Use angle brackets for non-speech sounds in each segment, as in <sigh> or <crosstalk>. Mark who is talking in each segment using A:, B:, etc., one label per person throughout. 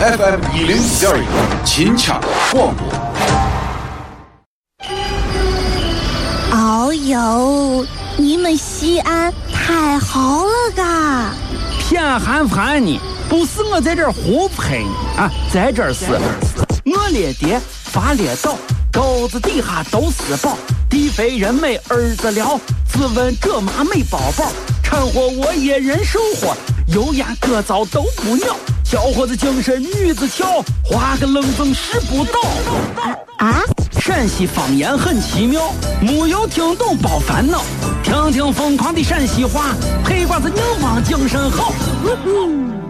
A: FM 一零五点一，秦腔广播。
B: 哦呦，你们西安太好了嘎！
C: 偏寒寒你，不是我在这儿胡喷你啊，在这儿是我列爹发列倒，沟子底下都是宝，地肥人美儿子了，自问这妈没宝宝，掺和我也人生活，油盐各糟都不尿，小伙子精神女子俏，花个愣风使不倒。
B: 啊，
C: 陕西方言很奇妙，没有听懂别烦恼，听听疯狂的陕西话，黑瓜子硬邦精神好。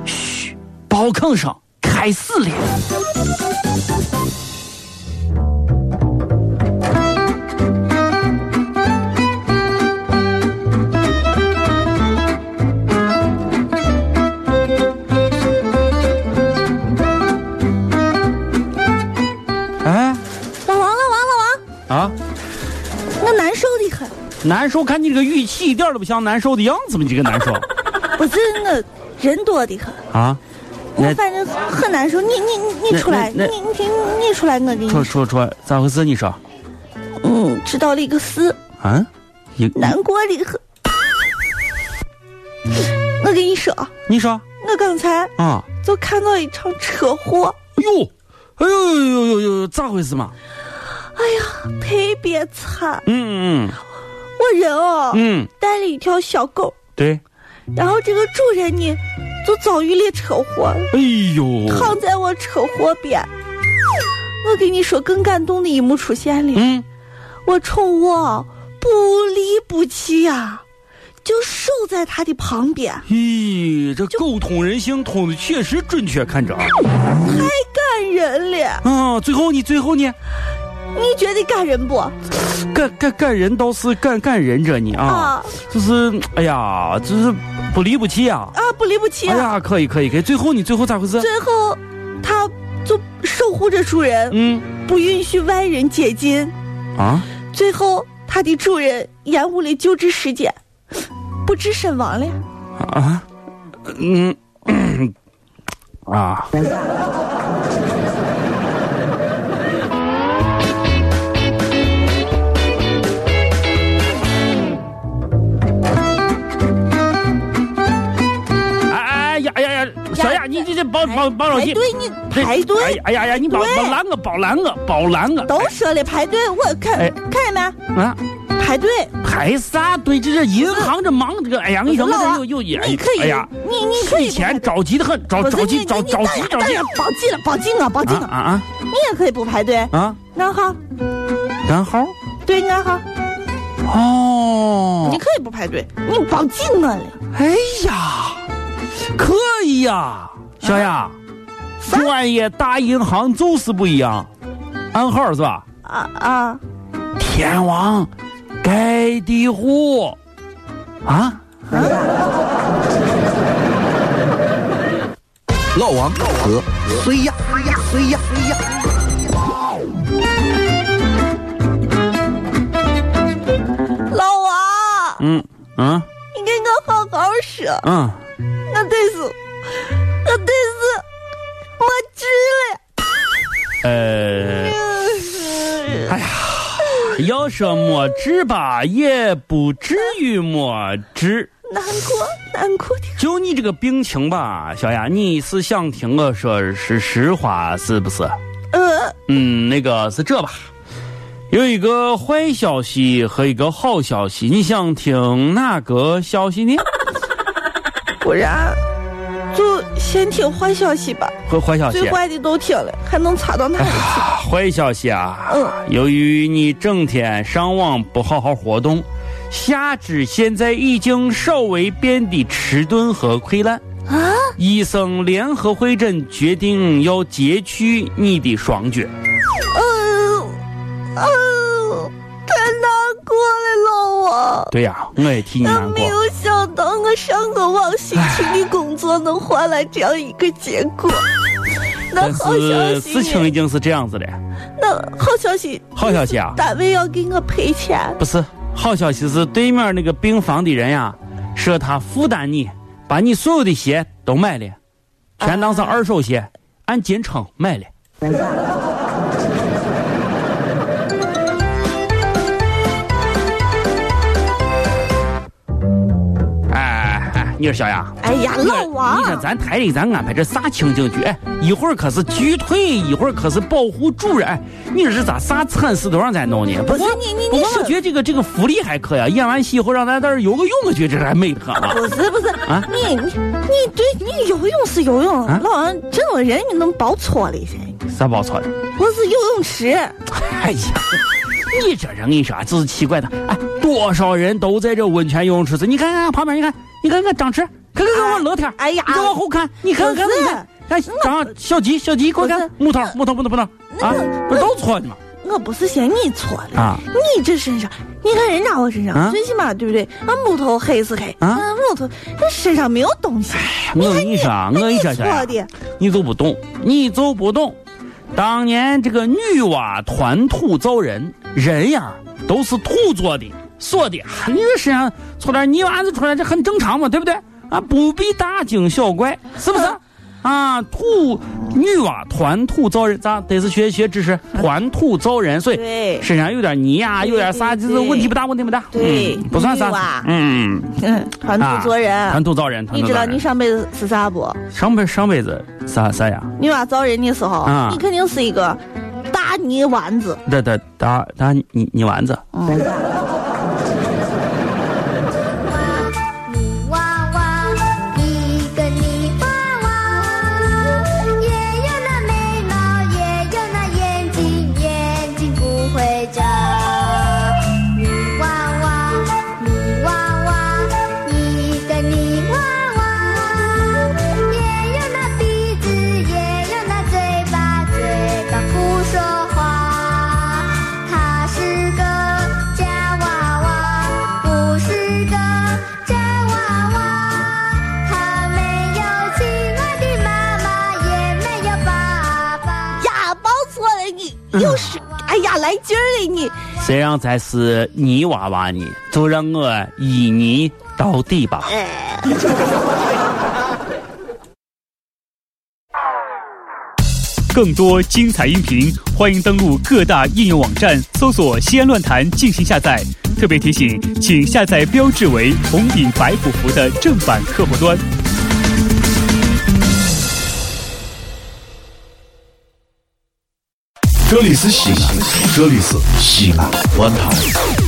C: 嘘，包吭声开始了。哎
B: 老王老王老
C: 啊，
B: 王，我难受的很。
C: 难受！看你这个语气，一点都不像难受的样子嘛！你这个 <laughs> 难受
B: 不是我人多的很，
C: 啊？
B: 我
C: 那
B: 反正很难受。你你你
C: 那
B: 你出来，你
C: 那那
B: 你你你出来，我给你
C: 说说说咋回事？你说
B: 嗯，知道了一个事，
C: 啊？你
B: 难过的很。我跟你说，
C: 你说
B: 我刚才
C: 啊？
B: 就看到一场车祸，
C: 哟，哎呦呦呦呦，咋回事嘛？
B: 特别惨。
C: 嗯嗯
B: 我人哦，
C: 嗯，
B: 带了一条小狗，
C: 对。
B: 然后这个主人呢，就遭遇了车祸，
C: 哎呦，
B: 躺在我车祸边。我跟你说，更感动的一幕出现了，
C: 嗯，
B: 我宠物哦不离不弃呀、就守在它的旁边，
C: 咦，这狗通人性通的确实准确，看着啊。
B: 感人了。
C: 啊，最后呢，最后呢，
B: 你觉得感人
C: 啊
B: 不？
C: 感感感人倒是感感人着呢啊
B: 啊，
C: 就是哎呀，就是不离不弃啊。
B: 啊，不离不弃
C: 哎
B: 啊。
C: 呀，可以可以可以，最后你最后咋回事？
B: 最后，它就守护着主人，
C: 嗯
B: 不允许外人接近。
C: 啊，
B: 最后，它的主人延误了救治时间，不治身亡了。
C: 啊，嗯，啊，哎哎呀呀呀，小雅，你这这包包包老
B: 排
C: 弟，
B: 队你
C: 这
B: 哎排
C: 哎
B: 队
C: 呀，哎呀呀，你包
B: 对
C: 包拦我，包拦我，包拦我，
B: 都说了排队，我看
C: 哎
B: 看见没？
C: 啊，
B: 排队，
C: 排啥队？这这银行这忙这个，哎呀，你
B: 我
C: 怎么
B: 说老
C: 这
B: 王
C: 又又也，
B: 你可以
C: 哎呀。，
B: 你你可以不
C: 睡
B: 排队。
C: 前着急的很，着
B: 不是
C: 着
B: 你
C: 急着
B: 你
C: 着
B: 当
C: 急
B: 然
C: 着
B: 当
C: 急
B: 然保进了，保进了，保进
C: 啊
B: 了，
C: 啊
B: 你也可以不排队。
C: 啊啊！
B: 那好，
C: 然后
B: 对，那好，
C: 哦
B: 你，可以不排队，你保进我了。
C: 哎呀，可以呀，小
B: 啊
C: 雅，专业大银行就是不一样，暗号是吧？
B: 啊啊，
C: 天王盖地虎啊！
D: 老王和谁呀？谁呀？谁呀？
B: 老王，
C: 嗯嗯
B: 你给我好好说，
C: 嗯，
B: 我对是，我对是，我嗯治了。
C: 呃，要说没治吧，也不至于没治。
B: 难过，难过的。
C: 就你这个病情吧，小雅，你是想听我啊说是实话是不是？
B: 呃，
C: 嗯，那个是这吧，有一个坏消息和一个好消息，你想听哪个消息呢？
B: 不然就先听坏消息吧，
C: 和坏消息
B: 最，坏的都听了，还能查到哪里去？
C: 啊坏消息啊！
B: 嗯
C: 由于你整天上网不好好活动，下肢现在已经稍微变得迟钝和溃烂。
B: 啊，
C: 医生联合会诊决定要截去你的双脚。
B: 呃，呃，太难过了，老王。
C: 对呀、我也替你难
B: 我没
C: 过。
B: 有想到，我上个网辛勤的工作能换来这样一个结果。那
C: 但
B: 好消
C: 是
B: 息
C: 事情已
B: 呢，
C: 经是这样子的。
B: 那好消息，
C: 好消息啊，
B: 单位要给我赔钱。
C: 不是好消息是对面那个病房的人呀，说他负担你，把你所有的鞋都买了，全当成二手鞋，俺简称买了。哎哎，你说小杨，
B: 哎呀，老王
C: 你，看咱台里咱安排这啥情景剧？哎，一会儿可是击退，一会儿可是保护主人。哎你说这咋啥惨事都让咱弄呢？不
B: 不是你你
C: 不
B: 你
C: 过
B: 是
C: 我觉得这个这个福利还可以啊。演完戏以后让咱在这儿游个泳，我觉得这还美特啊。
B: 不是不是，
C: 啊
B: 你你你对你游泳是游泳，
C: 啊
B: 老王这种人你能包错了一些。
C: 啥不好错的？
B: 我是游泳池，
C: 哎呀，你这人，我跟你说啊，就是奇怪的。哎，多少人都在这温泉游泳池子，你看看旁边，你看，你看看张弛，看看看往乐天，
B: 哎呀
C: 你看往后看，你看看
B: 不是
C: 你看，哎，张小吉，小吉，快
B: 不
C: 看
B: 是，
C: 木头，木头，木头，木头，啊，不是都错的吗？
B: 我不是嫌你错了，
C: 啊
B: 你这身上，你看人家我身上，
C: 啊
B: 最起码对不对？啊，木头黑是黑，
C: 啊
B: 啊，木头这身上没有东西。
C: 我跟你说啊，我
B: 那
C: 跟
B: 你
C: 你说，
B: 错
C: 小杨
B: 的，
C: 你就不懂，你就不懂。当年这个女娲团土造人，人呀都是土做的，说的你这身上搓点泥丸子出来，这很正常嘛，对不对？啊，不必大惊小怪，是不是？
B: 嗯
C: 啊，土女娲团土造人，咱得是学学知识，团土造人，所以
B: 嗯对
C: 身上有点泥呀、有点啥，
B: 对
C: 就
B: 对
C: 是问题不大，问题不大，
B: 对
C: 嗯不算
B: 女
C: 啥
B: 娲，
C: 嗯，
B: 嗯， <laughs> 团
C: 啊
B: 土做人，
C: 团土造人，团
B: 你
C: 土
B: 知
C: 造
B: 道
C: 人
B: 你上辈子是啥不？
C: 上辈上辈子啥啥呀？
B: 你娃造人的时候，
C: 啊
B: 你肯定是一个大泥丸子。嗯
C: 这这打打你你丸子，
E: 泥娃娃，一个泥娃娃，也有那眉毛，也有那眼睛，眼睛不会眨。泥娃娃，泥娃娃，一个泥娃娃，也有那鼻子，也有那嘴巴，嘴巴不说话。它是个假娃娃，不是个真娃娃。它没有亲爱的妈妈，也没有爸爸。
B: 呀，包错了你，又是，哎呀，来劲儿了你。
C: 谁让咱是泥娃娃呢？就让我以泥到底吧。
F: 更多精彩音频，欢迎登录各大应用网站搜索“西安论坛”进行下载。特别提醒，请下载标志为红顶白虎符的正版客户端。
A: 这里是西安，这里是西安，乱谈。